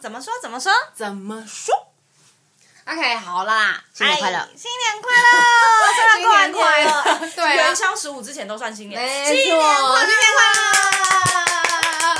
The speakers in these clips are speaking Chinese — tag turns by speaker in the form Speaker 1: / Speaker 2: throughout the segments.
Speaker 1: 怎么说？怎么说
Speaker 2: 怎么说？
Speaker 1: ？OK，好啦，
Speaker 2: 新年快乐
Speaker 1: 哎新年快 乐，圣诞过完快
Speaker 2: 新年
Speaker 1: 乐
Speaker 2: 快，乐对啊
Speaker 1: 元宵十五之前都算新年，
Speaker 2: 没
Speaker 1: 新年
Speaker 2: 错
Speaker 1: 快乐，
Speaker 2: 哎新年快乐！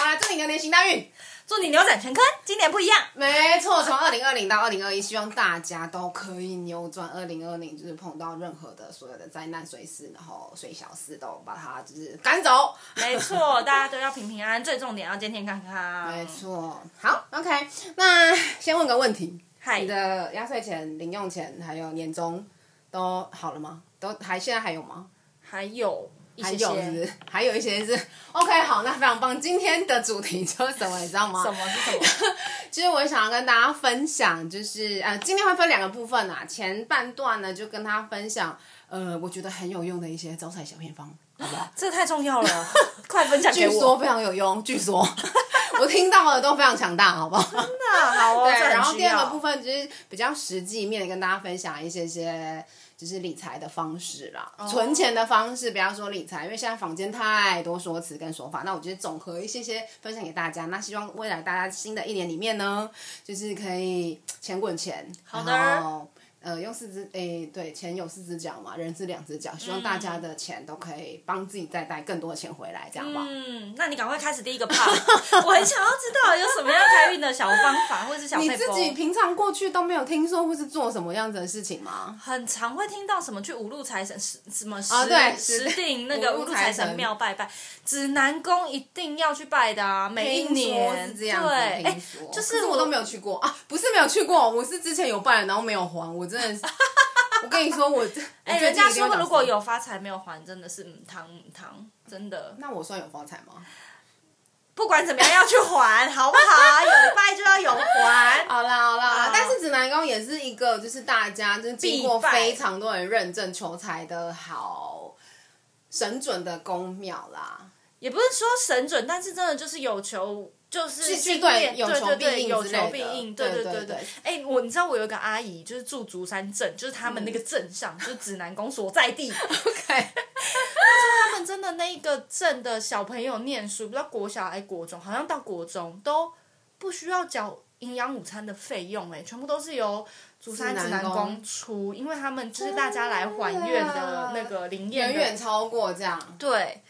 Speaker 2: 好啦，祝你牛年行大运！
Speaker 1: 祝你扭转乾坤，今年不一样。
Speaker 2: 没错，从二零二零到二零二一，希望大家都可以扭转二零二零，就是碰到任何的所有的灾难、水事，然后水小事都把它就是赶走。
Speaker 1: 没错， 大家都要平平安安，最重点要健健康康。
Speaker 2: 没，错，好，OK，那先问个问题：
Speaker 1: 嗨
Speaker 2: 你，的压岁钱、零用钱还有年终都好了吗？都还现在还有吗？
Speaker 1: 还有一
Speaker 2: 还
Speaker 1: 些
Speaker 2: 有是不
Speaker 1: 些
Speaker 2: 是，还有一些是 OK，好，那非常棒。今天的主题就是什么，你知道吗？
Speaker 1: 什么是什么？
Speaker 2: 其实我想要跟大家分享，就是呃，今天会分两个部分啊。前半段呢，就跟大家分享，呃，我觉得很有用的一些招财小偏方，好不好？
Speaker 1: 这太重 要了，快分享 给
Speaker 2: 据
Speaker 1: 我。
Speaker 2: 说非常有用，据说 我听到的都非常强大，好不好？
Speaker 1: 真的好哦，
Speaker 2: 对，
Speaker 1: 这很
Speaker 2: 然后
Speaker 1: 需
Speaker 2: 第二
Speaker 1: 要
Speaker 2: 个部分就是比较实际面的，跟大家分享一些些就是理财的方式啦，
Speaker 1: 哦
Speaker 2: 存钱的方式，不要说理财，因为现在坊间太多说辞跟说法。那我觉得总和一些些分享给大家，那希望未来大家新的一年里面呢，就是可以钱滚钱，
Speaker 1: 好的
Speaker 2: 然后呃，用四只诶、对，钱有四只脚嘛，人是两只脚，希望大
Speaker 1: 嗯
Speaker 2: 家的钱都可以帮自己再带更多的钱回来，这样吧。
Speaker 1: 嗯，那你赶快开始第一个 part，我很想要知道有什么样开运的小方法，或者是 小
Speaker 2: 你
Speaker 1: 配
Speaker 2: 自己平常过去都没有听说或是做什么样子的事情吗？
Speaker 1: 很常会听到什么去五路财神什什么石、
Speaker 2: 哦对
Speaker 1: 石
Speaker 2: 石
Speaker 1: 定那个
Speaker 2: 五
Speaker 1: 五
Speaker 2: 路
Speaker 1: 路财
Speaker 2: 财
Speaker 1: 神
Speaker 2: 神
Speaker 1: 庙拜拜，指南宫一定要去拜的啊，每一
Speaker 2: 听说
Speaker 1: 年
Speaker 2: 是这样子，
Speaker 1: 对，
Speaker 2: 听
Speaker 1: 哎
Speaker 2: 说，
Speaker 1: 就
Speaker 2: 可
Speaker 1: 是
Speaker 2: 我都没有去过啊，不是没有去过，我是之前有办，然后没有还，我真的是，我跟你说，我这，哎
Speaker 1: 哎，人家说如果，有发财没有还，真的是嗯汤嗯汤，真的，
Speaker 2: 那我算有发财吗？
Speaker 1: 不管怎么样要去还，好不好？有拜就要有还，
Speaker 2: 好啦好啦
Speaker 1: 好，
Speaker 2: 但是指南宫也是一个，就是大家就是经过
Speaker 1: 必拜
Speaker 2: 非常多人认证求财的好神准的宫庙啦，
Speaker 1: 也不是说神准，但是真的就是有求。就是
Speaker 2: 是
Speaker 1: 去
Speaker 2: 对
Speaker 1: 练
Speaker 2: 有
Speaker 1: 对
Speaker 2: 求
Speaker 1: 对
Speaker 2: 必
Speaker 1: 对
Speaker 2: 应
Speaker 1: 有
Speaker 2: 之
Speaker 1: 求
Speaker 2: 类
Speaker 1: 必
Speaker 2: 的
Speaker 1: 应，对
Speaker 2: 对
Speaker 1: 对
Speaker 2: 对
Speaker 1: 对
Speaker 2: 对。
Speaker 1: 哎，我你知道我有一个阿姨，就是住竹山镇，就是他们那
Speaker 2: 嗯
Speaker 1: 个镇上，就是指南宫所在 地，
Speaker 2: 对，
Speaker 1: 他们真的 那一个镇的小朋友念书，不知道国小还是国中，好像到国中都不需要缴营养午餐的费用、哎，全部都是由竹山
Speaker 2: 指
Speaker 1: 指
Speaker 2: 南
Speaker 1: 南
Speaker 2: 宫
Speaker 1: 宫出，因为他们就是大家来还愿的那个灵验
Speaker 2: 远
Speaker 1: 的
Speaker 2: 远超过这样，
Speaker 1: 对，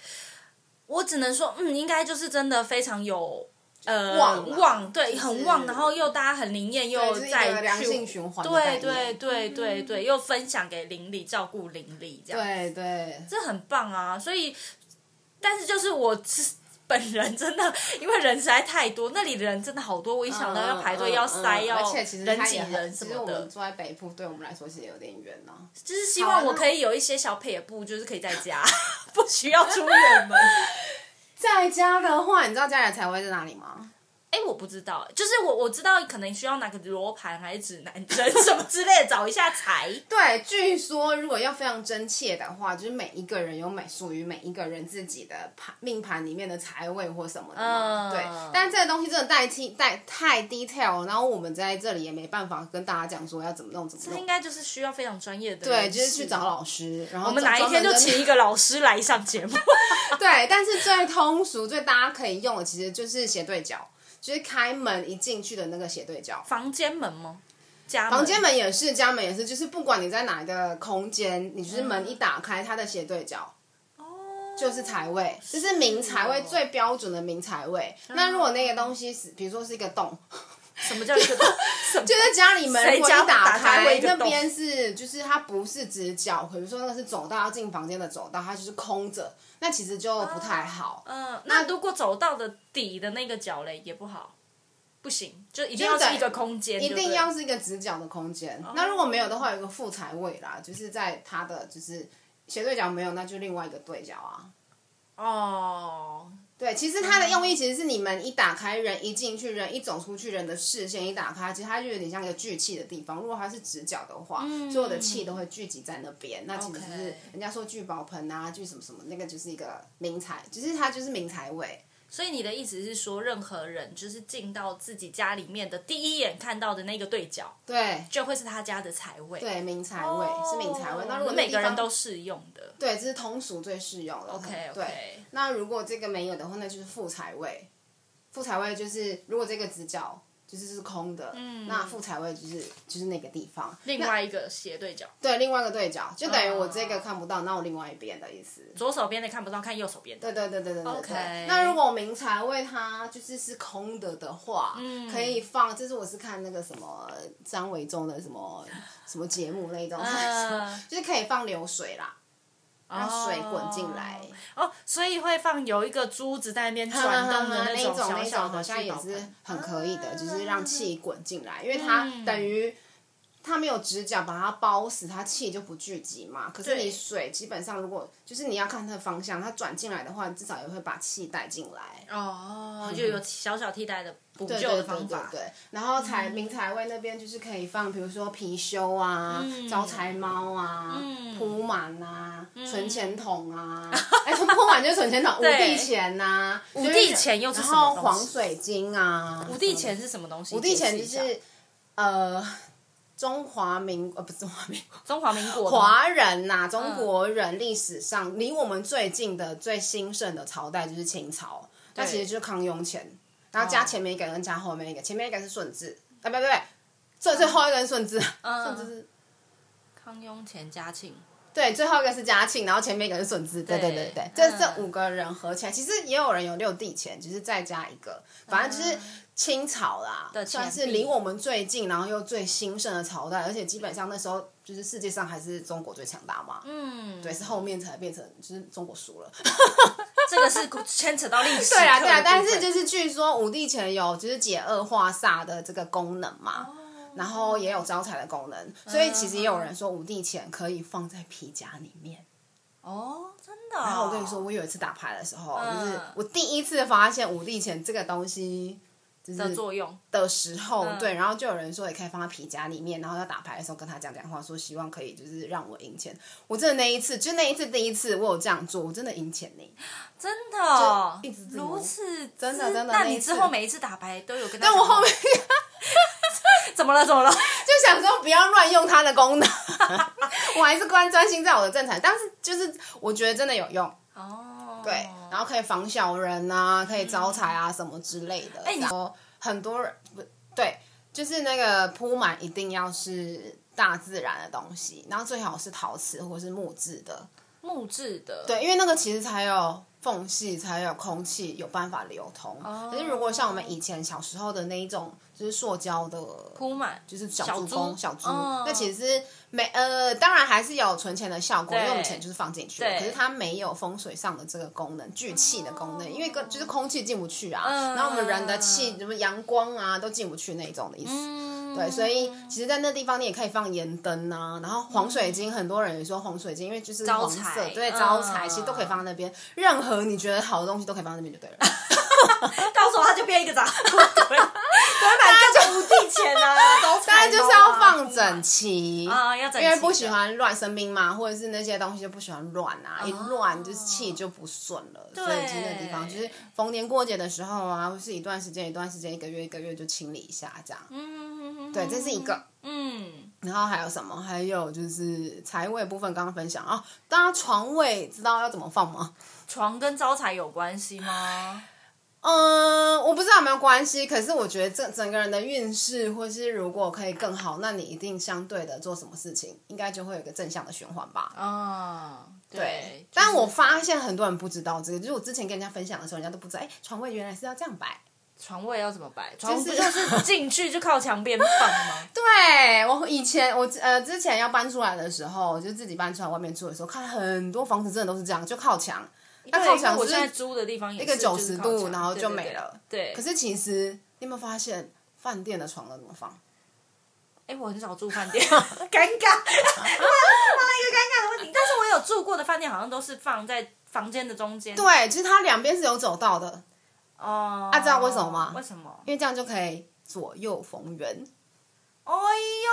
Speaker 1: 我只能说，嗯，应该就是真的非常有。呃，
Speaker 2: 旺啊
Speaker 1: 旺
Speaker 2: 就
Speaker 1: 对，
Speaker 2: 是
Speaker 1: 很旺，然后又大家很灵验，
Speaker 2: 对
Speaker 1: 又
Speaker 2: 就是一个
Speaker 1: 再
Speaker 2: 良
Speaker 1: 去
Speaker 2: 性循环的概
Speaker 1: 对
Speaker 2: 念，嗯
Speaker 1: 对对对对，又分享给邻里，照顾邻里这样。
Speaker 2: 对对，
Speaker 1: 这很棒啊！所以，但是就是我是本人真的，因为人实在太多，那里的人真的好多，我一想到要排队、
Speaker 2: 嗯嗯
Speaker 1: 要
Speaker 2: 嗯
Speaker 1: 塞、要
Speaker 2: 而且其实
Speaker 1: 人
Speaker 2: 它
Speaker 1: 挤
Speaker 2: 也很
Speaker 1: 人什
Speaker 2: 其实
Speaker 1: 么
Speaker 2: 我
Speaker 1: 的
Speaker 2: 们，住在北部，对我们来说其实有点远呢、啊
Speaker 1: 就是希望我可以有一些小撇步，就是可以在家， 不需要出 远门。
Speaker 2: 在家的话，你知道家里的财位在哪里吗？
Speaker 1: 哎、我不知道，就是我我知道可能需要拿个罗盘还是指南针 什么之类的，找一下财。
Speaker 2: 对，据说如果要非常真切的话，就是每一个人有每属于每一个人自己的盘命盘里面的财位或什么的嘛。
Speaker 1: 嗯
Speaker 2: 对，但这个东西真的代替代太 detail，了然后我们在这里也没办法跟大家讲说要怎么弄怎么
Speaker 1: 那应
Speaker 2: 弄。
Speaker 1: 该就是需要非常专业的
Speaker 2: 对，
Speaker 1: 人士，
Speaker 2: 就是去找老师，然后
Speaker 1: 我们哪一天就
Speaker 2: 请。
Speaker 1: 请一个老师来上节目。
Speaker 2: 对，但是最通俗、最大家可以用的，其实就是斜对角，就是开门一进去的那个斜对角。
Speaker 1: 房间门吗？家
Speaker 2: 房间门也是，家门也是，就是不管你在哪一个空间，你就是门一打开，它的斜对角。就是财位，就是明财位
Speaker 1: 是哦
Speaker 2: 最标准的明财位。那如果那个东西是，比如说是一个洞，
Speaker 1: 什么叫一个洞？ 什么
Speaker 2: 就？在家里门
Speaker 1: 谁
Speaker 2: 如果
Speaker 1: 家
Speaker 2: 一
Speaker 1: 会打
Speaker 2: 打
Speaker 1: 开会一个
Speaker 2: 那
Speaker 1: 洞
Speaker 2: 边是就是它不是直角，比如说那个是走道要进房间的走道，它就是空着，那其实就不太好。
Speaker 1: 嗯，那如果走到的底的那个角嘞，也不好，不行，就一定
Speaker 2: 就
Speaker 1: 要
Speaker 2: 是
Speaker 1: 是一个空间，
Speaker 2: 一
Speaker 1: 对不
Speaker 2: 定
Speaker 1: 对哦
Speaker 2: 要是一个直角的空间。那如果没有的话，有一个副财位啦，就是在它的就是斜对角没有，那就另外一个对角啊。
Speaker 1: 哦。
Speaker 2: 对，其实它的用意其实是你们一打开人一进去人一走出去人的视线一打开，其实它就有点像一个聚气的地方。如果它是直角的话，所有的气都会聚集在那边。那其实就是
Speaker 1: 嗯 OK
Speaker 2: 人家说聚宝盆啊，聚什么什么，那个就是一个明财，就是它就是明财位。
Speaker 1: 所以你的意思是说，任何人就是进到自己家里面的第一眼看到的那个对角，
Speaker 2: 对
Speaker 1: 就会是他家的财位。
Speaker 2: 对，明财位、是明财位。那如果那
Speaker 1: 哦每
Speaker 2: 地
Speaker 1: 个人
Speaker 2: 方
Speaker 1: 都适用的，
Speaker 2: 对，这是通俗最适用的。
Speaker 1: OK，OK
Speaker 2: 对，那如果这个没有的话，那就是副财位。副财位就是如果这个直角就是是空的，那负财位就是就是那个地方，
Speaker 1: 嗯另外一个斜对角，
Speaker 2: 对另外一个对角，就等于我这个看不到，那我另外一边的意思。
Speaker 1: 左手边的看不到，看右手边的。
Speaker 2: 对对对对对对对
Speaker 1: 嗯 OK
Speaker 2: 那如果明财位它就是是空的的话，
Speaker 1: 嗯
Speaker 2: 可以放。这是我是看那个什么张维忠的什么什么节目那一种，
Speaker 1: 嗯
Speaker 2: 就是可以放流水啦，让水滚进来。
Speaker 1: 哦，所以会放有一个珠子在那边转动的
Speaker 2: 那一
Speaker 1: 种
Speaker 2: 种
Speaker 1: 小
Speaker 2: 那
Speaker 1: 小
Speaker 2: 种
Speaker 1: 的
Speaker 2: 好像
Speaker 1: 聚
Speaker 2: 也
Speaker 1: 宝
Speaker 2: 是
Speaker 1: 盆啊
Speaker 2: 很可以的，就是让气滚进来，因为它等于。它没有直角把它包死，它气就不聚集嘛。可是
Speaker 1: 对
Speaker 2: 你水基本上，如果就是你要看它的方向，它转进来的话，至少也会把气带进来。
Speaker 1: 哦，就有小小替代的
Speaker 2: 嗯
Speaker 1: 补
Speaker 2: 对
Speaker 1: 救的方法。嗯
Speaker 2: 对对对对然后财明财位那边就是可以放，比如说貔貅啊、
Speaker 1: 嗯
Speaker 2: 招财猫啊、铺满啊、存钱筒 啊，哎，存铺满就是存钱筒，五帝钱呐，五
Speaker 1: 帝钱又是什
Speaker 2: 然后
Speaker 1: 么东西
Speaker 2: 黄水晶啊，
Speaker 1: 五帝钱是什么东西？五啊
Speaker 2: 五帝钱就是呃。中华民呃不是中华民国，
Speaker 1: 中华民国的
Speaker 2: 华人呐、中国人历史上离我们最近的最兴盛的朝代就是清朝，那其实就是康雍乾，然后加前面一个跟加后面一个，前面一个是顺治，啊不对不对，最最后一个是顺治，顺治是
Speaker 1: 康雍乾嘉庆。
Speaker 2: 对，最后一个是嘉庆，然后前面一个是顺治，对对对对，这
Speaker 1: 嗯
Speaker 2: 这五个人合起来，其实也有人有六帝钱，只是再加一个，反正就是清朝啦，
Speaker 1: 钱
Speaker 2: 算
Speaker 1: 币
Speaker 2: 是离我们最近，然后又最兴盛的朝代，而且基本上那时候就是世界上还是中国最强大嘛，
Speaker 1: 嗯，
Speaker 2: 对，是后面才变成就是中国输了，
Speaker 1: 这个是牵扯到历史课的部分。
Speaker 2: 对啊对啊，但是就是据说五帝钱有就是解厄化煞的这个功能嘛。然后也有招财的功能，所以其实也有人说五帝钱可以放在皮夹里面。
Speaker 1: 哦，真的哦。
Speaker 2: 然
Speaker 1: 然
Speaker 2: 后我跟你说，我有一次打牌的时候，
Speaker 1: 嗯
Speaker 2: 就是我第一次发现五帝钱这个东西，就是
Speaker 1: 的作用，
Speaker 2: 的时候，
Speaker 1: 嗯
Speaker 2: 对，然后就有人说也可以放在皮夹里面，然后要打牌的时候跟他讲讲话，说希望可以就是让我赢钱。我真的那一次，就那一次第一次我有这样做，我真的赢钱呢。
Speaker 1: 真的哦，
Speaker 2: 就一直自摸
Speaker 1: 如此之
Speaker 2: 真的真的
Speaker 1: 那
Speaker 2: 那
Speaker 1: 你
Speaker 2: 一
Speaker 1: 之
Speaker 2: 次
Speaker 1: 后每一次打牌都有跟他
Speaker 2: 但
Speaker 1: 讲 吗？
Speaker 2: 我后面
Speaker 1: 怎么了？怎么了？
Speaker 2: 就想说不要乱用它的功能， 我还是关专心在我的正财。但是就是我觉得真的有用，
Speaker 1: 哦，
Speaker 2: 对，然后可以防小人啊，可以招财啊、什么之类的。
Speaker 1: 哎你
Speaker 2: 然后很多人不对，就是那个铺满一定要是大自然的东西，然后最好是陶瓷或是木质的，
Speaker 1: 木质的，
Speaker 2: 对，因为那个其实才有缝隙，才有空气有办法流通。
Speaker 1: 哦
Speaker 2: 可是如果像我们以前小时候的那一种，就是塑胶的
Speaker 1: 铺满
Speaker 2: 就是小猪公、小猪，
Speaker 1: 嗯
Speaker 2: 那其实是没呃，当然还是有存钱的效果，因为我们
Speaker 1: 对
Speaker 2: 钱就是放进去，
Speaker 1: 对
Speaker 2: 可是它没有风水上的这个功能，聚气的功能，因为跟就是空气进不去啊，
Speaker 1: 嗯
Speaker 2: 然后我们人的气什么阳光啊都进不去那种的意思。
Speaker 1: 嗯，
Speaker 2: 对，所以其实，在那地方你也可以放盐灯啊，然后黄水晶，很多人也说黄水晶，因为就是
Speaker 1: 招
Speaker 2: 黄色，
Speaker 1: 财
Speaker 2: 对，
Speaker 1: 嗯
Speaker 2: 招财，其实都可以放在那边，任何你觉得好的东西都可以放在那边就对了。
Speaker 1: 到时候他就变一个长裤腿，买更五帝钱啊，招
Speaker 2: 当
Speaker 1: 财
Speaker 2: 然就是要放整齐
Speaker 1: 啊要整齐
Speaker 2: 因为不喜欢乱生病嘛，或者是那些东西就不喜欢乱啊，
Speaker 1: 哦
Speaker 2: 一乱就是气就不顺了。所以就是那地方就是逢年过节的时候啊，或是一段时间一段时间，一个月一个月就清理一下这样。
Speaker 1: 嗯，
Speaker 2: 对，这是一个。
Speaker 1: 嗯，
Speaker 2: 然后还有什么？还有就是财位部分，刚刚分享啊、哦。大家床位知道要怎么放吗？
Speaker 1: 床跟招财有关系吗？
Speaker 2: 嗯，我不知道有没有关系，可是我觉得整整个人的运势，或是如果可以更好，那你一定相对的做什么事情，应该就会有一个正向的循环吧。
Speaker 1: 啊，对，
Speaker 2: 但我发现很多人不知道这个，就是我之前跟人家分享的时候，人家都不知道，哎、床位原来是要这样摆。
Speaker 1: 床位要怎么摆？床
Speaker 2: 是
Speaker 1: 不就是进去就靠墙边放吗？
Speaker 2: 对我以前我呃之前要搬出来的时候，就自己搬出来外面住的时候，看很多房子真的都是这样，就靠墙，那靠
Speaker 1: 对，
Speaker 2: 墙
Speaker 1: 我
Speaker 2: 是
Speaker 1: 现在租的地方也
Speaker 2: 一个
Speaker 1: 是就
Speaker 2: 九
Speaker 1: 是
Speaker 2: 十
Speaker 1: 靠
Speaker 2: 度，
Speaker 1: 墙
Speaker 2: 然后
Speaker 1: 对
Speaker 2: 就
Speaker 1: 对
Speaker 2: 没
Speaker 1: 对
Speaker 2: 了。
Speaker 1: 对，
Speaker 2: 可是其实你有没有发现，饭店的床都怎么放？
Speaker 1: 哎、我很少住 饭店，尴 尬，问了一个尴尬的问题。但是我有住过的饭店，好像都是放在房间的中间。
Speaker 2: 对，就是它两边是有走道的，
Speaker 1: 哦，
Speaker 2: 啊知道为什么吗
Speaker 1: 为什么？
Speaker 2: 因为这样就可以左右逢源，
Speaker 1: 哎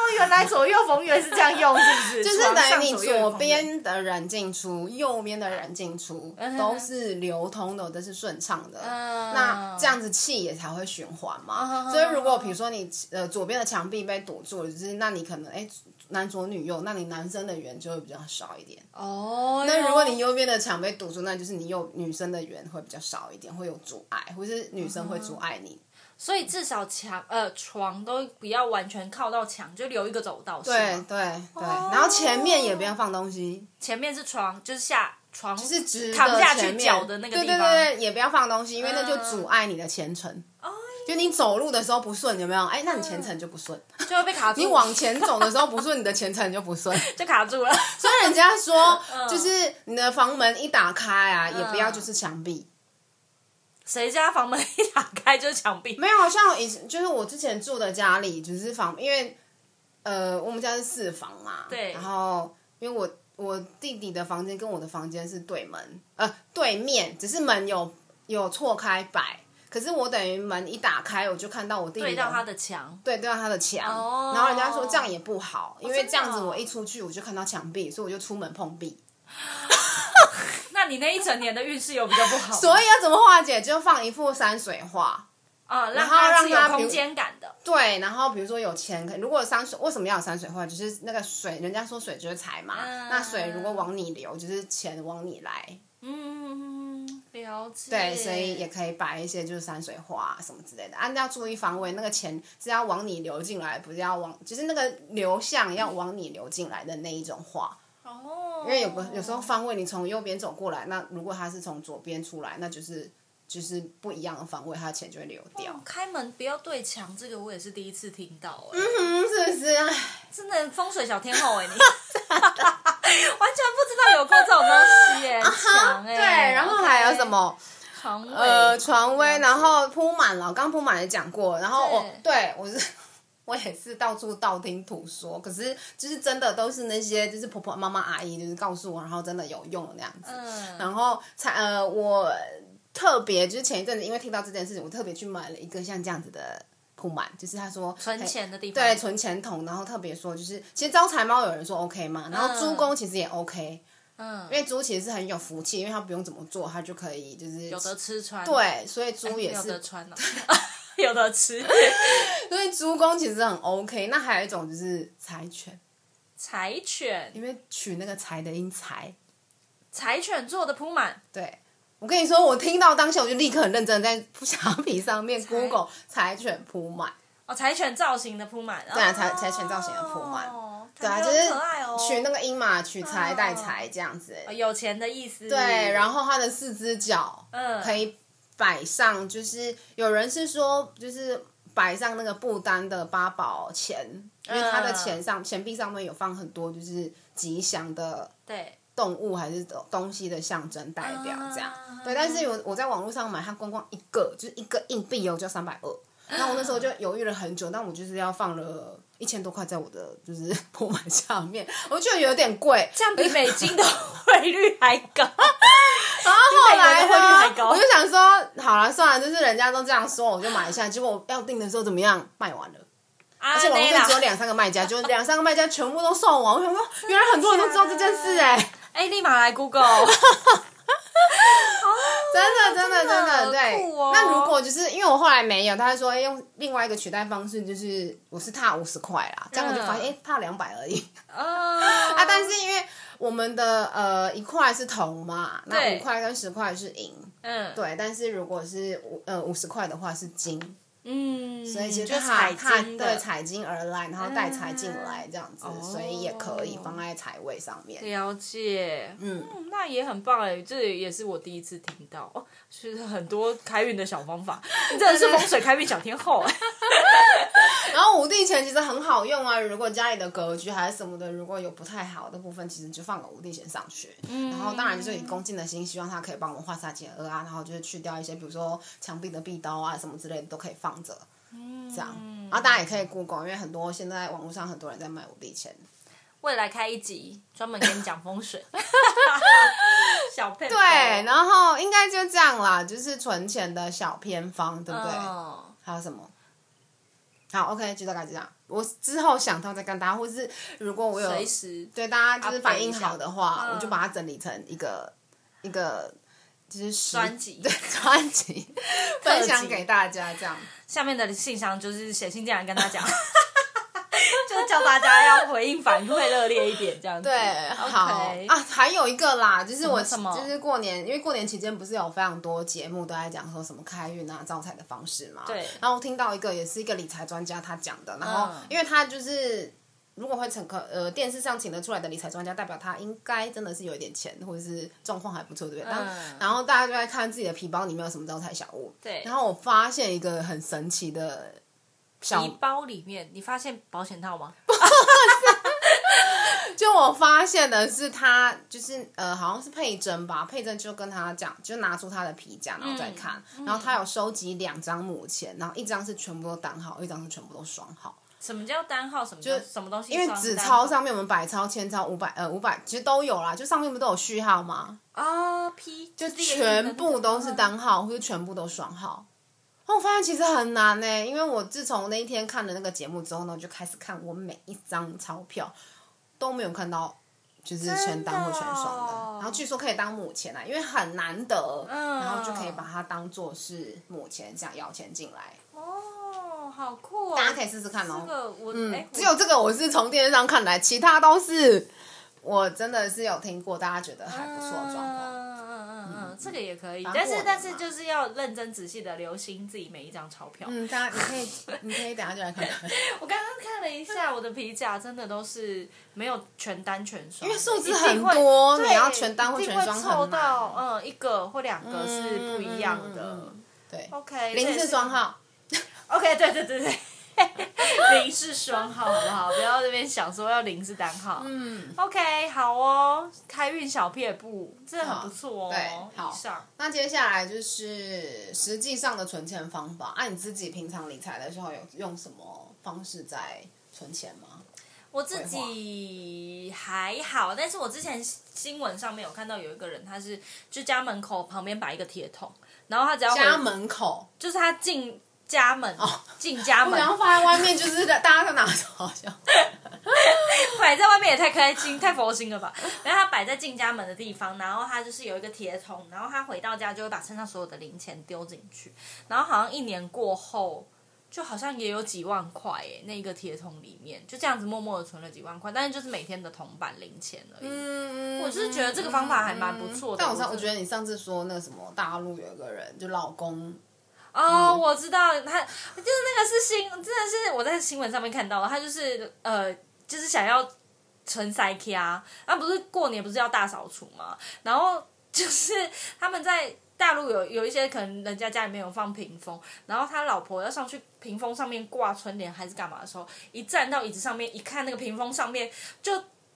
Speaker 1: 呦，原来左右逢源是这样用，是不 是？
Speaker 2: 就是
Speaker 1: 床
Speaker 2: 等
Speaker 1: 上
Speaker 2: 于你
Speaker 1: 左右
Speaker 2: 左
Speaker 1: 逢源，
Speaker 2: 边的人进出，右边的人进出
Speaker 1: 嗯哼
Speaker 2: 都是流通的，都是顺畅的。
Speaker 1: 嗯
Speaker 2: 那这样子气也才会循环
Speaker 1: 嗯
Speaker 2: 嘛。
Speaker 1: 哼
Speaker 2: 所以如果比如说你呃左边的墙壁被堵住了，就是那你可能哎、男左女右，那你男生的缘就会比较少一点。
Speaker 1: 哦，
Speaker 2: 那如果你右边的墙被
Speaker 1: 嗯
Speaker 2: 堵住，那就是你右女生的缘会比较少一点，会有阻碍，或是女生会阻碍你。
Speaker 1: 所以至少墙呃床都不要完全靠到墙，就留一个走道是
Speaker 2: 对
Speaker 1: 吗？
Speaker 2: 对对，
Speaker 1: 哦
Speaker 2: 然后前面也不要放东西，
Speaker 1: 前面是床，就是下床
Speaker 2: 是直的
Speaker 1: 躺下
Speaker 2: 前
Speaker 1: 去
Speaker 2: 面
Speaker 1: 脚的那个地
Speaker 2: 对对
Speaker 1: 方。
Speaker 2: 对对，也不要放东西，因为那就
Speaker 1: 嗯哦
Speaker 2: 阻碍你的前程。就你走路的时候不顺，有没有？哎，那你前程就不顺。
Speaker 1: 就会被卡住。
Speaker 2: 你往前走的时候不顺，你的前程就不 顺。
Speaker 1: 就卡住了。
Speaker 2: 所以人家说，
Speaker 1: 嗯
Speaker 2: 就是你的房门一打开啊，也不要就是墙壁。
Speaker 1: 谁家房门一打开就是墙壁？
Speaker 2: 没有，像以前就是我之前住的家里，就是房，因为呃，我们家是四房嘛，
Speaker 1: 对
Speaker 2: 然后因为我我弟弟的房间跟我的房间是对门，呃，对面，只是门有有错开摆，可是我等于门一打开，我就看到我弟弟
Speaker 1: 对到他的墙，
Speaker 2: 对，对到他的墙。
Speaker 1: 哦
Speaker 2: 然后人家说这样也不好，因为
Speaker 1: 真的
Speaker 2: 这样子
Speaker 1: 哦
Speaker 2: 我一出去我就看到墙壁，所以我就出门碰壁。
Speaker 1: 那你那一整年的运势有比较不好吗？
Speaker 2: 所以要怎么化解？就放一幅山水画。
Speaker 1: 啊，让
Speaker 2: 然后
Speaker 1: 它
Speaker 2: 让
Speaker 1: 是有
Speaker 2: 它比
Speaker 1: 空
Speaker 2: 如
Speaker 1: 间感的。
Speaker 2: 对，然后比如说有钱，可如果山水为什么要有山水画？就是那个水，人家说水就是财嘛，
Speaker 1: 嗯
Speaker 2: 那水如果往你流，就是钱往你来。
Speaker 1: 嗯，了解。
Speaker 2: 对，所以也可以摆一些就是山水画啊什么之类的。按照注意方位，那个钱是要往你流进来，不是要往，就是那个流向要往你流进来的那一种画。
Speaker 1: 哦，
Speaker 2: 因为有个有时候方位你从右边走过来，那如果它是从左边出来，那就是就是不一样的方位，它的钱就会流掉
Speaker 1: 哦。开门不要对墙，这个我也是第一次听到、哎、
Speaker 2: 嗯，是不是？唉
Speaker 1: 真的风水小天后哎、你 完全不知道有过这种东 西哎、墙哎、
Speaker 2: 啊对，然后还有什？么？
Speaker 1: 床尾
Speaker 2: 呃，床位，然后铺满了，我刚铺满也讲过，然后我对我是。我也是到处道听途说，可是就是真的都是那些就是婆婆妈妈阿姨就是告诉我，然后真的有用那样子。
Speaker 1: 嗯，
Speaker 2: 然后才呃，我特别就是前一阵子因为听到这件事情，我特别去买了一个像这样子的铺满，就是他说
Speaker 1: 存
Speaker 2: 可以
Speaker 1: 钱的地方
Speaker 2: 对，存钱筒，然后特别说就是其实招财猫有人说 OK 嘛，然后猪
Speaker 1: 嗯
Speaker 2: 公其实也 OK，、
Speaker 1: 嗯，
Speaker 2: 因为猪其实是很有福气，因为它不用怎么做，它就可以就是
Speaker 1: 有的吃穿，
Speaker 2: 对，所以猪也
Speaker 1: 有
Speaker 2: 是，
Speaker 1: 的 穿了、有的吃。
Speaker 2: 所以猪公其实很 OK。那还有一种就是柴犬，
Speaker 1: 柴犬，
Speaker 2: 因为取那个柴的音柴。
Speaker 1: 柴犬做的铺满，
Speaker 2: 对，我跟你说，我听到当下我就立刻很认真地在虾皮上面 Google 柴犬铺满，
Speaker 1: 哦，柴犬造型的铺满，
Speaker 2: 对啊柴柴犬造型的铺满
Speaker 1: 哦、
Speaker 2: 对啊，
Speaker 1: 感
Speaker 2: 就
Speaker 1: 觉
Speaker 2: 是
Speaker 1: 很可爱哦，
Speaker 2: 取那个音嘛，取
Speaker 1: 嗯
Speaker 2: 柴带柴这样子。
Speaker 1: 哦有钱的意思，
Speaker 2: 对，然后它的四只脚
Speaker 1: 嗯，
Speaker 2: 可
Speaker 1: 以，
Speaker 2: 以摆上，就是有人是说就是。摆上那个不丹的八宝钱，因为它的
Speaker 1: 嗯
Speaker 2: 钱上钱币上面有放很多就是吉祥的
Speaker 1: 对，
Speaker 2: 动物还是东东西的象征代表这样。
Speaker 1: 啊
Speaker 2: 对，但是我我在网络上买，它光光一个就是一个硬币哦，就三百二。那我那时候就犹豫了很久，但我就是要放了一千多块在我的就是 铺满下面，我觉得有点贵。
Speaker 1: 这样比美金的汇率还高，
Speaker 2: 然后后来
Speaker 1: 比美国的汇率还
Speaker 2: 呢，
Speaker 1: 高
Speaker 2: 我就想说，好了算了，就是人家都这样说，我就买一下。结果要订的时候怎么样，卖完了。
Speaker 1: 而
Speaker 2: 而且网络上只有两三个卖家，就两三个卖家全部都送完。我想说，原来很多人都知道这件事哎、
Speaker 1: 哎，立马来 Google，哦
Speaker 2: 真的，真的，
Speaker 1: 真
Speaker 2: 真
Speaker 1: 的
Speaker 2: 的，对。
Speaker 1: 酷哦
Speaker 2: 那如果就是因为我后来没有，他就说、哎用另外一个取代方式，就是我是踏五十块
Speaker 1: 嗯
Speaker 2: 啦，这样我就发现，哎、踏两百而已 啊。
Speaker 1: 啊
Speaker 2: 但是因为我们的呃一块是铜嘛，那
Speaker 1: 对
Speaker 2: 五块跟十块是银，
Speaker 1: 嗯
Speaker 2: 对。但是如果是五呃五十块的话是金，
Speaker 1: 嗯，
Speaker 2: 所以其
Speaker 1: 就
Speaker 2: 实踏
Speaker 1: 彩
Speaker 2: 踏
Speaker 1: 金
Speaker 2: 对
Speaker 1: 的，
Speaker 2: 彩金而来，然后带财进来这样子，
Speaker 1: 嗯
Speaker 2: 所以也可以
Speaker 1: 哦
Speaker 2: 放在财位上面。
Speaker 1: 了解，
Speaker 2: 嗯，
Speaker 1: 嗯那也很棒哎，这也是我第一次听到，哦，是很多开运的小方 法，你真的是风水开运小天后 哎。
Speaker 2: 然后五帝钱其实很好用啊，如果家里的格局还是什么的，如果有不太好的部分，其实就放个五帝钱上去。嗯，然后当然就是以恭敬的心，希望他可以帮我们化煞解厄啊，然后就是去掉一些，比如说墙壁的壁刀啊什么之类的都可以放着。嗯，这样，然后大家也可以 Google，因为很多现在网络上很多人在卖五帝钱。
Speaker 1: 未来开一集专门跟你讲风水，小佩
Speaker 2: 对，然后应该就这样啦，就是存钱的小偏方，对不对？
Speaker 1: 嗯，
Speaker 2: 还有什么？好，OK，就大概这样。我之后想到再跟大家，或是如果我有
Speaker 1: 随时
Speaker 2: 对大家就是
Speaker 1: Update
Speaker 2: 反应好的话
Speaker 1: 一，下嗯
Speaker 2: 我就把它整理成一个一个就是十
Speaker 1: 专 辑
Speaker 2: 对专辑
Speaker 1: 特辑
Speaker 2: 分享给大家这样。
Speaker 1: 下面的信箱就是写信进来跟他讲，就叫大家要回应反馈热烈一点，这样子。
Speaker 2: 对，好
Speaker 1: OK
Speaker 2: 啊，还有一个啦，就是我
Speaker 1: 什么
Speaker 2: 就是过年，因为过年期间不是有非常多节目都在讲说什么开运啊、招财的方式嘛。
Speaker 1: 对
Speaker 2: 然后我听到一个也是一个理财专家他讲的，然后
Speaker 1: 嗯
Speaker 2: 因为他就是。如果会请客，呃，电视上请得出来的理财专家，代表他应该真的是有一点钱，或者是状况还不错，对不对？然后
Speaker 1: 嗯
Speaker 2: 然后大家就在看自己的皮包里面有什么招财小物。
Speaker 1: 对
Speaker 2: 然后我发现一个很神奇的小
Speaker 1: 皮包里面，你发现保险套吗？
Speaker 2: 就我发现的是，他就是呃，好像是佩珍吧，佩珍就跟他讲，就拿出他的皮夹，然后再看，
Speaker 1: 嗯
Speaker 2: 然后他有收集两张母钱，然后一张是全部都单号，一张是全部都双号，
Speaker 1: 什么叫单号？什么叫
Speaker 2: 就
Speaker 1: 什么东西
Speaker 2: 因
Speaker 1: 双
Speaker 2: 为
Speaker 1: 单号？
Speaker 2: 纸钞上面我们百钞、千钞、五百呃五百其实都有啦，就上面不都有序号吗？
Speaker 1: 啊，P 就
Speaker 2: 全部都
Speaker 1: 嗯
Speaker 2: 是单号，或者全部都双号。然后我发现其实很难呢、因为我自从那一天看了那个节目之后呢，我就开始看我每一张钞票都没有看到就是全单或全双的。
Speaker 1: 真的哦
Speaker 2: 然后据说可以当母钱啊，因为很难得，
Speaker 1: 嗯
Speaker 2: 然后就可以把它当做是母钱这样摇钱进来。
Speaker 1: 哦，好酷哦！
Speaker 2: 大家可以试试看哦。
Speaker 1: 这个我
Speaker 2: 嗯，
Speaker 1: 哎，我
Speaker 2: 只有这个我是从电视上看来，其他都是我真的是有听过，大家觉得还不错的状况。
Speaker 1: 嗯嗯嗯嗯，这个也可以，
Speaker 2: 蛮
Speaker 1: 但
Speaker 2: 过
Speaker 1: 是
Speaker 2: 瘾
Speaker 1: 但
Speaker 2: 嘛
Speaker 1: 是就是要认真仔细的留心自己每一张钞票。
Speaker 2: 嗯，大家你可以，你可以等一下就来 看看。
Speaker 1: 我刚刚看了一下，我的皮夹真的都是没有全单全双，因
Speaker 2: 因为数字
Speaker 1: 一定
Speaker 2: 很
Speaker 1: 会
Speaker 2: 多，
Speaker 1: 对
Speaker 2: 你要全单或
Speaker 1: 一
Speaker 2: 全
Speaker 1: 定会
Speaker 2: 双
Speaker 1: 凑
Speaker 2: 很难。
Speaker 1: 到嗯一个或两个是不一样的。
Speaker 2: 嗯嗯嗯嗯嗯对
Speaker 1: OK，
Speaker 2: 零是双号，
Speaker 1: 这也是。OK，对对对对， 零是双号，好不好？不要这边想说要零是单号。
Speaker 2: 嗯，
Speaker 1: OK，好哦，开运小撇步，真的很不错哦。
Speaker 2: 对好
Speaker 1: 以上
Speaker 2: 那接下来就是实际上的存钱方法。啊按、你自己平常理财的时候有用什么方式在存钱吗？
Speaker 1: 我自己还好，但是我之前新闻上面有看到有一个人，他是就家门口旁边摆一个铁桶，然后他只要回
Speaker 2: 家门哦口，
Speaker 1: 就是他进家门进、家门
Speaker 2: 然后放在外面，就是大家都拿着好 像。
Speaker 1: 摆在外面也太开心、太佛心了吧？ 然后他摆在进家门的地方，然后他就是有一个铁桶，然后他回到家就会把身上所有的零钱丢进去，然后好像一年过后，就好像也有几万块诶，那个铁桶里面就这样子默默的存了几万块，但是就是每天的铜板零钱而已。
Speaker 2: 嗯，我
Speaker 1: 就是觉得这个方法还蛮不错的
Speaker 2: 嗯但我上，
Speaker 1: 我
Speaker 2: 我
Speaker 1: 真
Speaker 2: 觉
Speaker 1: 的
Speaker 2: 得你上次说那个什么大陆有一个人，就老公
Speaker 1: 哦，我知道，他就是那个是新，真的是我在新闻上面看到的，他就是呃，就是想要存塞卡，那不是过年不是要大扫除嘛，然后就是他们在。大陆有有一些可能人家家里面有放屏风，然后他老婆要上去屏风上面挂春联还是干嘛的时候，一站到椅子上面一看那个屏风上面就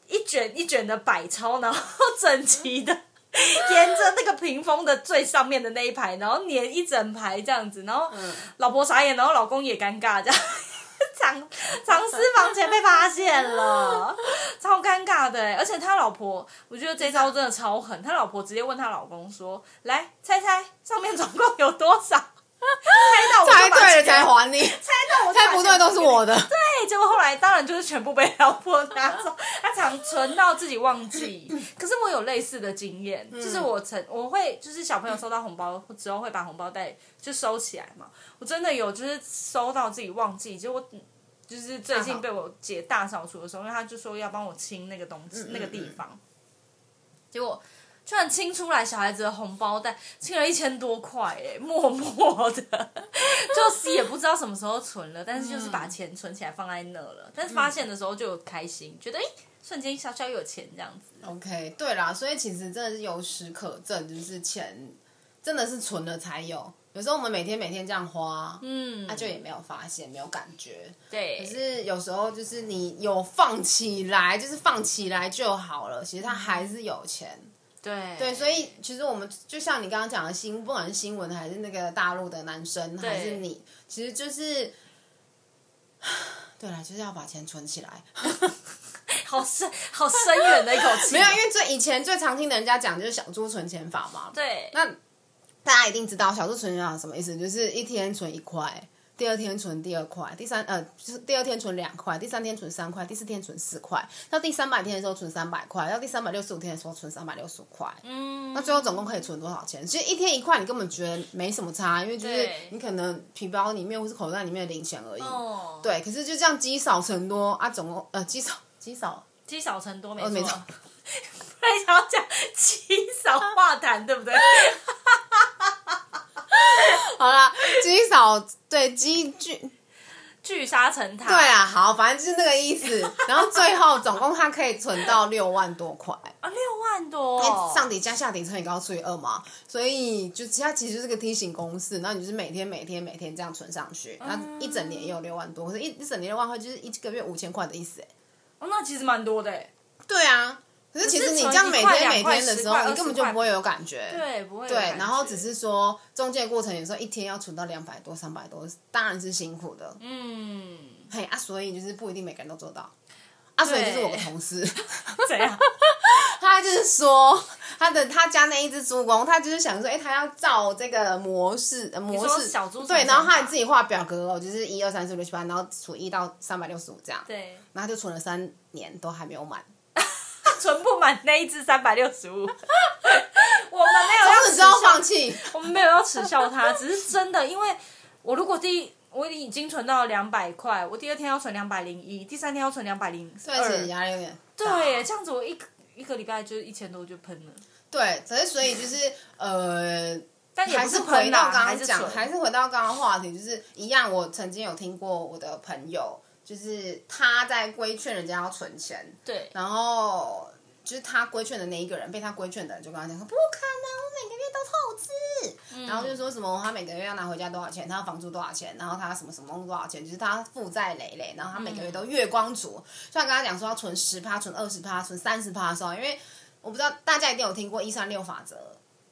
Speaker 1: 一卷一卷的百钞，然后整齐的 沿着那个屏风的最上面的那一排，然后粘一整排这样子，然后
Speaker 2: 嗯
Speaker 1: 老婆傻眼，然后老公也尴尬，这样 藏藏私房钱被发现 了，超尴尬的欸。而且他老婆，我觉得这招真的超狠，他老婆直接问他老公说：“来猜猜上面总共有多少？”猜到我
Speaker 2: 猜
Speaker 1: 就把
Speaker 2: 对了
Speaker 1: 钱
Speaker 2: 才还你，
Speaker 1: 猜到我就把
Speaker 2: 猜不对
Speaker 1: 钱
Speaker 2: 都是我的。
Speaker 1: 结果后来当然就是全部被老婆拿走，他常存到自己忘记。可是我有类似的经验，就是我曾我会就是小朋友收到红包之后会把红包袋就收起来嘛，我真的有就是收到自己忘记，结果就是最近被我姐大扫除的时候，因为她就说要帮我清那个东西、那个地方，结果。居然清出来小孩子的红包袋，清了一千多块哎、默默的，就是也不知道什么时候存了，但是就是把钱存起来放在那了。但是发现的时候就有开心，觉得哎、诶瞬间小小有钱这样子。
Speaker 2: OK，对啦，所以其实真的是有史可证，就是钱真的是存了才有。有时候我们每天每天这样花，
Speaker 1: 嗯，
Speaker 2: 啊
Speaker 1: 哎
Speaker 2: 那、就也没有发现，没有感觉。
Speaker 1: 对，
Speaker 2: 可是有时候就是你有放起来，就是放起来就好了。其实它还是有钱。
Speaker 1: 对
Speaker 2: 对，所以其实我们就像你刚刚讲的新，不管是新闻还是那个大陆的男生，还是你，其实就是， 对啦，就是要把钱存起来。
Speaker 1: 好深好深远的一口气。
Speaker 2: 没有，因为最以前最常听的人家讲就是小猪存钱法嘛。
Speaker 1: 对，
Speaker 2: 那大家一定知道小猪存钱法是什么意思，就是一天存一块，第二天存第二块，第三呃就是第二天存两块，第三天存三块，第四天存四块，到第三百天的时候存三百块，到第三百六十五天的时候存三百六十五块。嗯，那最后总共可以存多少钱？其实一天一块，你根本觉得没什么差，因为就是
Speaker 3: 对
Speaker 2: 你可能皮包里面或是口袋里面的零钱而已。
Speaker 3: 哦，，
Speaker 2: 对，可是就这样积少成多啊，总共呃积少积少
Speaker 3: 积少成多，没
Speaker 2: 呃没
Speaker 3: 错
Speaker 2: 错。
Speaker 3: 不然想要讲积少化痰，对不 对？
Speaker 2: 好啦，积少对积聚
Speaker 3: 聚沙成塔。
Speaker 2: 对啊，好，反正就是那个 意思。然后最后总共它可以存到六万多块，
Speaker 3: 啊，六万多
Speaker 2: 因为，哎上底加下底乘以高除以二嘛，所以就其它其实就是个梯形公式。那你就是每天每天每天这样存上去，
Speaker 3: 嗯
Speaker 2: 那一整年也有六万多，可是一一整年六万块就是一个月五千块的意思、欸。
Speaker 3: 哦，那其实蛮多的欸。
Speaker 2: 对啊，可是其实你这样每天每天的时候，你根本就不会有感觉。
Speaker 3: 对，不会有
Speaker 2: 对，
Speaker 3: 感觉。
Speaker 2: 然后只是说中间的过程，有时候一天要存到两百多、三百多，当然是辛苦的。
Speaker 3: 嗯，
Speaker 2: 嘿啊，所以就是不一定每个人都做到。啊，所以就是我个同事，
Speaker 3: 怎样？
Speaker 2: 他就是说他的他家那一只猪公，他就是想说，哎、他要照这个模式、呃模
Speaker 3: 说
Speaker 2: 式
Speaker 3: 小猪
Speaker 2: 对，
Speaker 3: 乘
Speaker 2: 然后
Speaker 3: 法
Speaker 2: 他还自己画表格哦，就是一二三四五六七八，然后除一到三百六十五这样，
Speaker 3: 对，
Speaker 2: 然后他就存了三年都还没有满，
Speaker 3: 存不满那一只三百六十五。我 们没有要
Speaker 2: 从此
Speaker 3: 耻
Speaker 2: 之后
Speaker 3: 笑
Speaker 2: 放，弃。
Speaker 3: 我们没有要耻笑他，只是真的，因为我如果第一。我已经存到两百块，我第二天要存两百零一，第三天要存两百零
Speaker 2: 对，而
Speaker 3: 二
Speaker 2: 且，压力有点大
Speaker 3: 对耶，这样子我一个一个礼拜就是一千多就喷了，
Speaker 2: 对，只是所以就是呃。
Speaker 3: 但也
Speaker 2: 还
Speaker 3: 不
Speaker 2: 是回
Speaker 3: 喷啦，
Speaker 2: 到刚
Speaker 3: 还
Speaker 2: 刚
Speaker 3: 是
Speaker 2: 讲，
Speaker 3: 存
Speaker 2: 还是回到刚刚话题，就是一样。我曾经有听过我的朋友，就是他在规劝人家要存钱，
Speaker 3: 对，
Speaker 2: 然后就是他规劝的那一个人，被他规劝的人就跟他讲说不可能，我每个月都透支，然后就说什么他每个月要拿回家多少钱，他要房租多少钱，然后他什么什么东西多少钱，就是他负债累累，然后他每个月都月光族。嗯所以他跟他讲说要存十趴、存二十趴、存三十趴的时候，因为我不知道大家一定有听过一三六法则。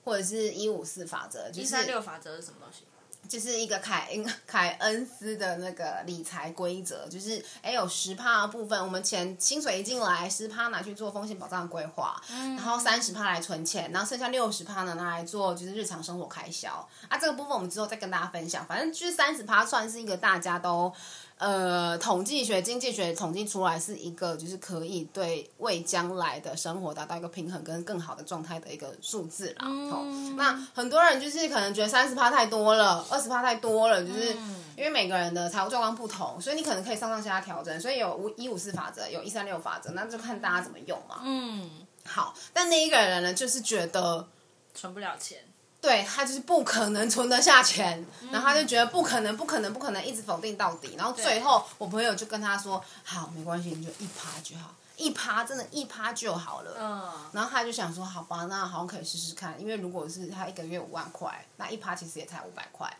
Speaker 2: 或者是一五四法则，就
Speaker 3: 一
Speaker 2: 是
Speaker 3: 三六法则是什么东西？
Speaker 2: 就是一个凯恩凯恩斯的那个理财规则，就是哎有十趴的部分，我们钱薪水一进来，十趴拿去做风险保障的规划，然后三十趴来存钱，然后剩下六十趴呢拿来做就是日常生活开销啊。这个部分我们之后再跟大家分享，反正就是三十趴算是一个大家都。呃，统计学、经济学统计出来是一个，就是可以对为将来的生活达到一个平衡跟更好的状态的一个数字啦。哦那很多人就是可能觉得三十趴太多了，二十趴太多了，就是因为每个人的财务状况不同，所以你可能可以上上下下调整。所以有五一五四法则，有一三六法则，那就看大家怎么用嘛。
Speaker 3: 嗯，
Speaker 2: 好，但那一个人呢，就是觉得。
Speaker 3: 存不了钱，
Speaker 2: 对他就是不可能存得下钱，
Speaker 3: 嗯
Speaker 2: 然后他就觉得不可能，不可能，不可能，一直否定到底。然后最后我朋友就跟他说：“好，没关系，你就一趴就好，一趴真的，一趴就好了。
Speaker 3: 嗯，
Speaker 2: 然后他就想说：“好吧，那好像可以试试看，因为如果是他一个月五万块，那一趴其实也才五百块，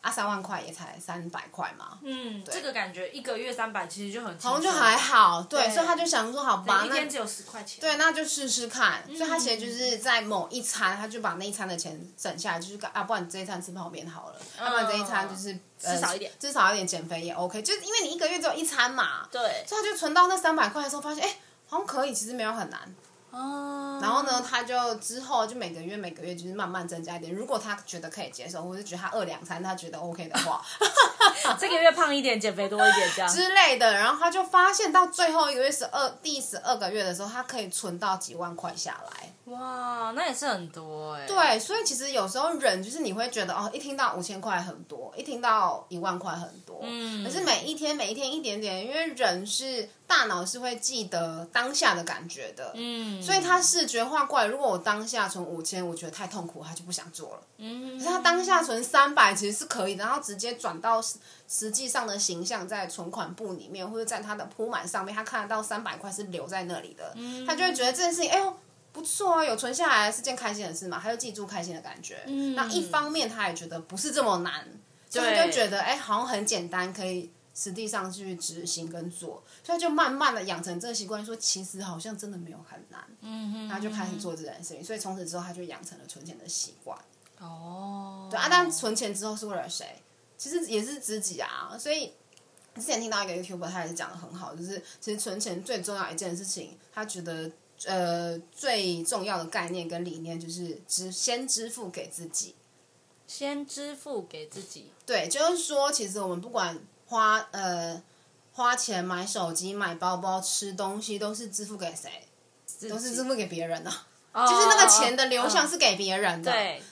Speaker 2: 啊，三万块也才三百块嘛，
Speaker 3: 嗯，这个感觉一个月三百其实就很
Speaker 2: 好
Speaker 3: 好
Speaker 2: 像就还好。对，
Speaker 3: 对
Speaker 2: 所以他就想说：好吧，
Speaker 3: 一
Speaker 2: 那
Speaker 3: 天只有十块钱。
Speaker 2: 对，那就试试看。
Speaker 3: 嗯
Speaker 2: 所以他其实就是在某一餐，他就把那一餐的钱省下来，就是干啊，不然你这一餐吃泡面好了，要、不然这一餐就是
Speaker 3: 嗯
Speaker 2: 呃
Speaker 3: 吃少一点
Speaker 2: 至少一点减肥也 OK。就是因为你一个月只有一餐嘛，
Speaker 3: 对，
Speaker 2: 所以他就存到那三百块的时候，发现哎、好像可以，其实没有很难。
Speaker 3: 哦，
Speaker 2: 然后呢，他就之后就每个月每个月就是慢慢增加一点。如果他觉得可以接受，或者是觉得他饿两餐他觉得 OK 的 话
Speaker 3: 啊这个月胖一点，减肥多一点，这样。
Speaker 2: 之类的，然后他就发现到最后一个月十二第十二个月的时候，他可以存到几万块下来。
Speaker 3: 哇，那也是很多哎。，
Speaker 2: 对，所以其实有时候人就是你会觉得哦，一听到五千块很多，一听到一万块很多，
Speaker 3: 嗯
Speaker 2: 可是每一天每一天一点点，因为人是大脑是会记得当下的感觉的，
Speaker 3: 嗯，
Speaker 2: 所以他视觉化过来。如果我当下存五千，我觉得太痛苦，他就不想做了。
Speaker 3: 嗯，
Speaker 2: 可是他当下存三百其实是可以的，然后直接转到实实际上的形象在存款簿里面，或者在他的铺满上面，他看得到三百块是留在那里的，他就会觉得这件事情，哎呦。不错啊，有存下来是件开心的事嘛，他就记住开心的感觉。那一方面他也觉得不是这么难，所以他就觉得哎、好像很简单，可以实际上去执行跟做，所以他就慢慢的养成这个习惯，说其实好像真的没有很难。嗯他就开始做这件事情，所以从此之后他就养成了存钱的习惯。
Speaker 3: 哦，
Speaker 1: 嗯
Speaker 2: 对啊，但存钱之后是为了谁？其实也是自己啊。所以之前听到一个 YouTuber，他也是讲的很好，就是其实存钱最重要一件事情，他觉得呃最重要的概念跟理念就是支先支付给自己。
Speaker 3: 先支付给自己。
Speaker 2: 对，就是说，其实我们不管花呃花钱买手机、买包包、吃东西，都是支付给谁？都是支付给别人的、啊就是那个钱的流向是给别人的。
Speaker 3: 哦对，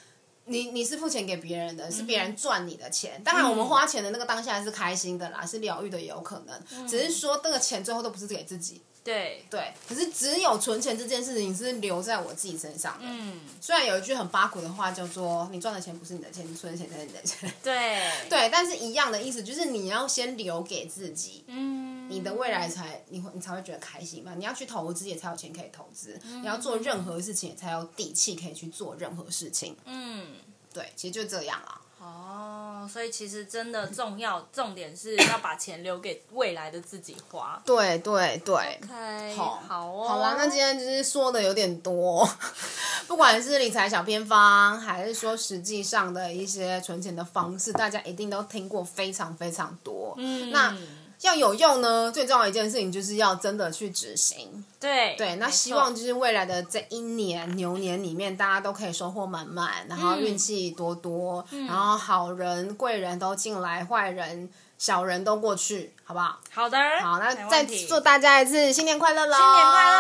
Speaker 2: 你你是付钱给别人的，是别
Speaker 3: 嗯
Speaker 2: 人赚你的钱。当然，我们花钱的那个当下是开心的啦，是疗愈的也有可
Speaker 3: 嗯
Speaker 2: 能，只是说那个钱最后都不是给自己。
Speaker 3: 对，
Speaker 2: 对，可是只有存钱这件事情是留在我自己身上的。
Speaker 3: 嗯，
Speaker 2: 虽然有一句很八股的话叫做“你赚的钱不是你的钱，你存的钱才是你的 钱”，
Speaker 3: 对，
Speaker 2: 对，但是一样的意思，就是你要先留给自己，
Speaker 3: 嗯，
Speaker 2: 你的未来才你会你才会觉得开心嘛。你要去投资，也才有钱可以投资；
Speaker 3: 嗯
Speaker 2: 你要做任何事情，也才有底气可以去做任何事情。
Speaker 3: 嗯，
Speaker 2: 对，其实就这样啊。
Speaker 3: 哦，所以其实真的重要，重点是要把钱留给未来的自己花。
Speaker 2: 对对对。
Speaker 3: OK，
Speaker 2: 好
Speaker 3: 好哦，
Speaker 2: 好啊啦，那今天就是说的有点多， 不管是理财小偏方，还是说实际上的一些存钱的方式，大家一定都听过非常非常多。
Speaker 3: 嗯，
Speaker 2: 那要有用呢，最重要的一件事情就是要真的去执行。
Speaker 3: 对
Speaker 2: 对，那
Speaker 3: 没错
Speaker 2: 希望就是未来的这一年牛年里面，大家都可以收获满满，然后运气多多，
Speaker 3: 嗯
Speaker 2: 然后好人贵人都进来，坏人小人都过去，好不好？
Speaker 3: 好的，
Speaker 2: 好，那
Speaker 3: 没
Speaker 2: 再
Speaker 3: 问题
Speaker 2: 祝大家一次新年快乐喽！
Speaker 3: 新年快乐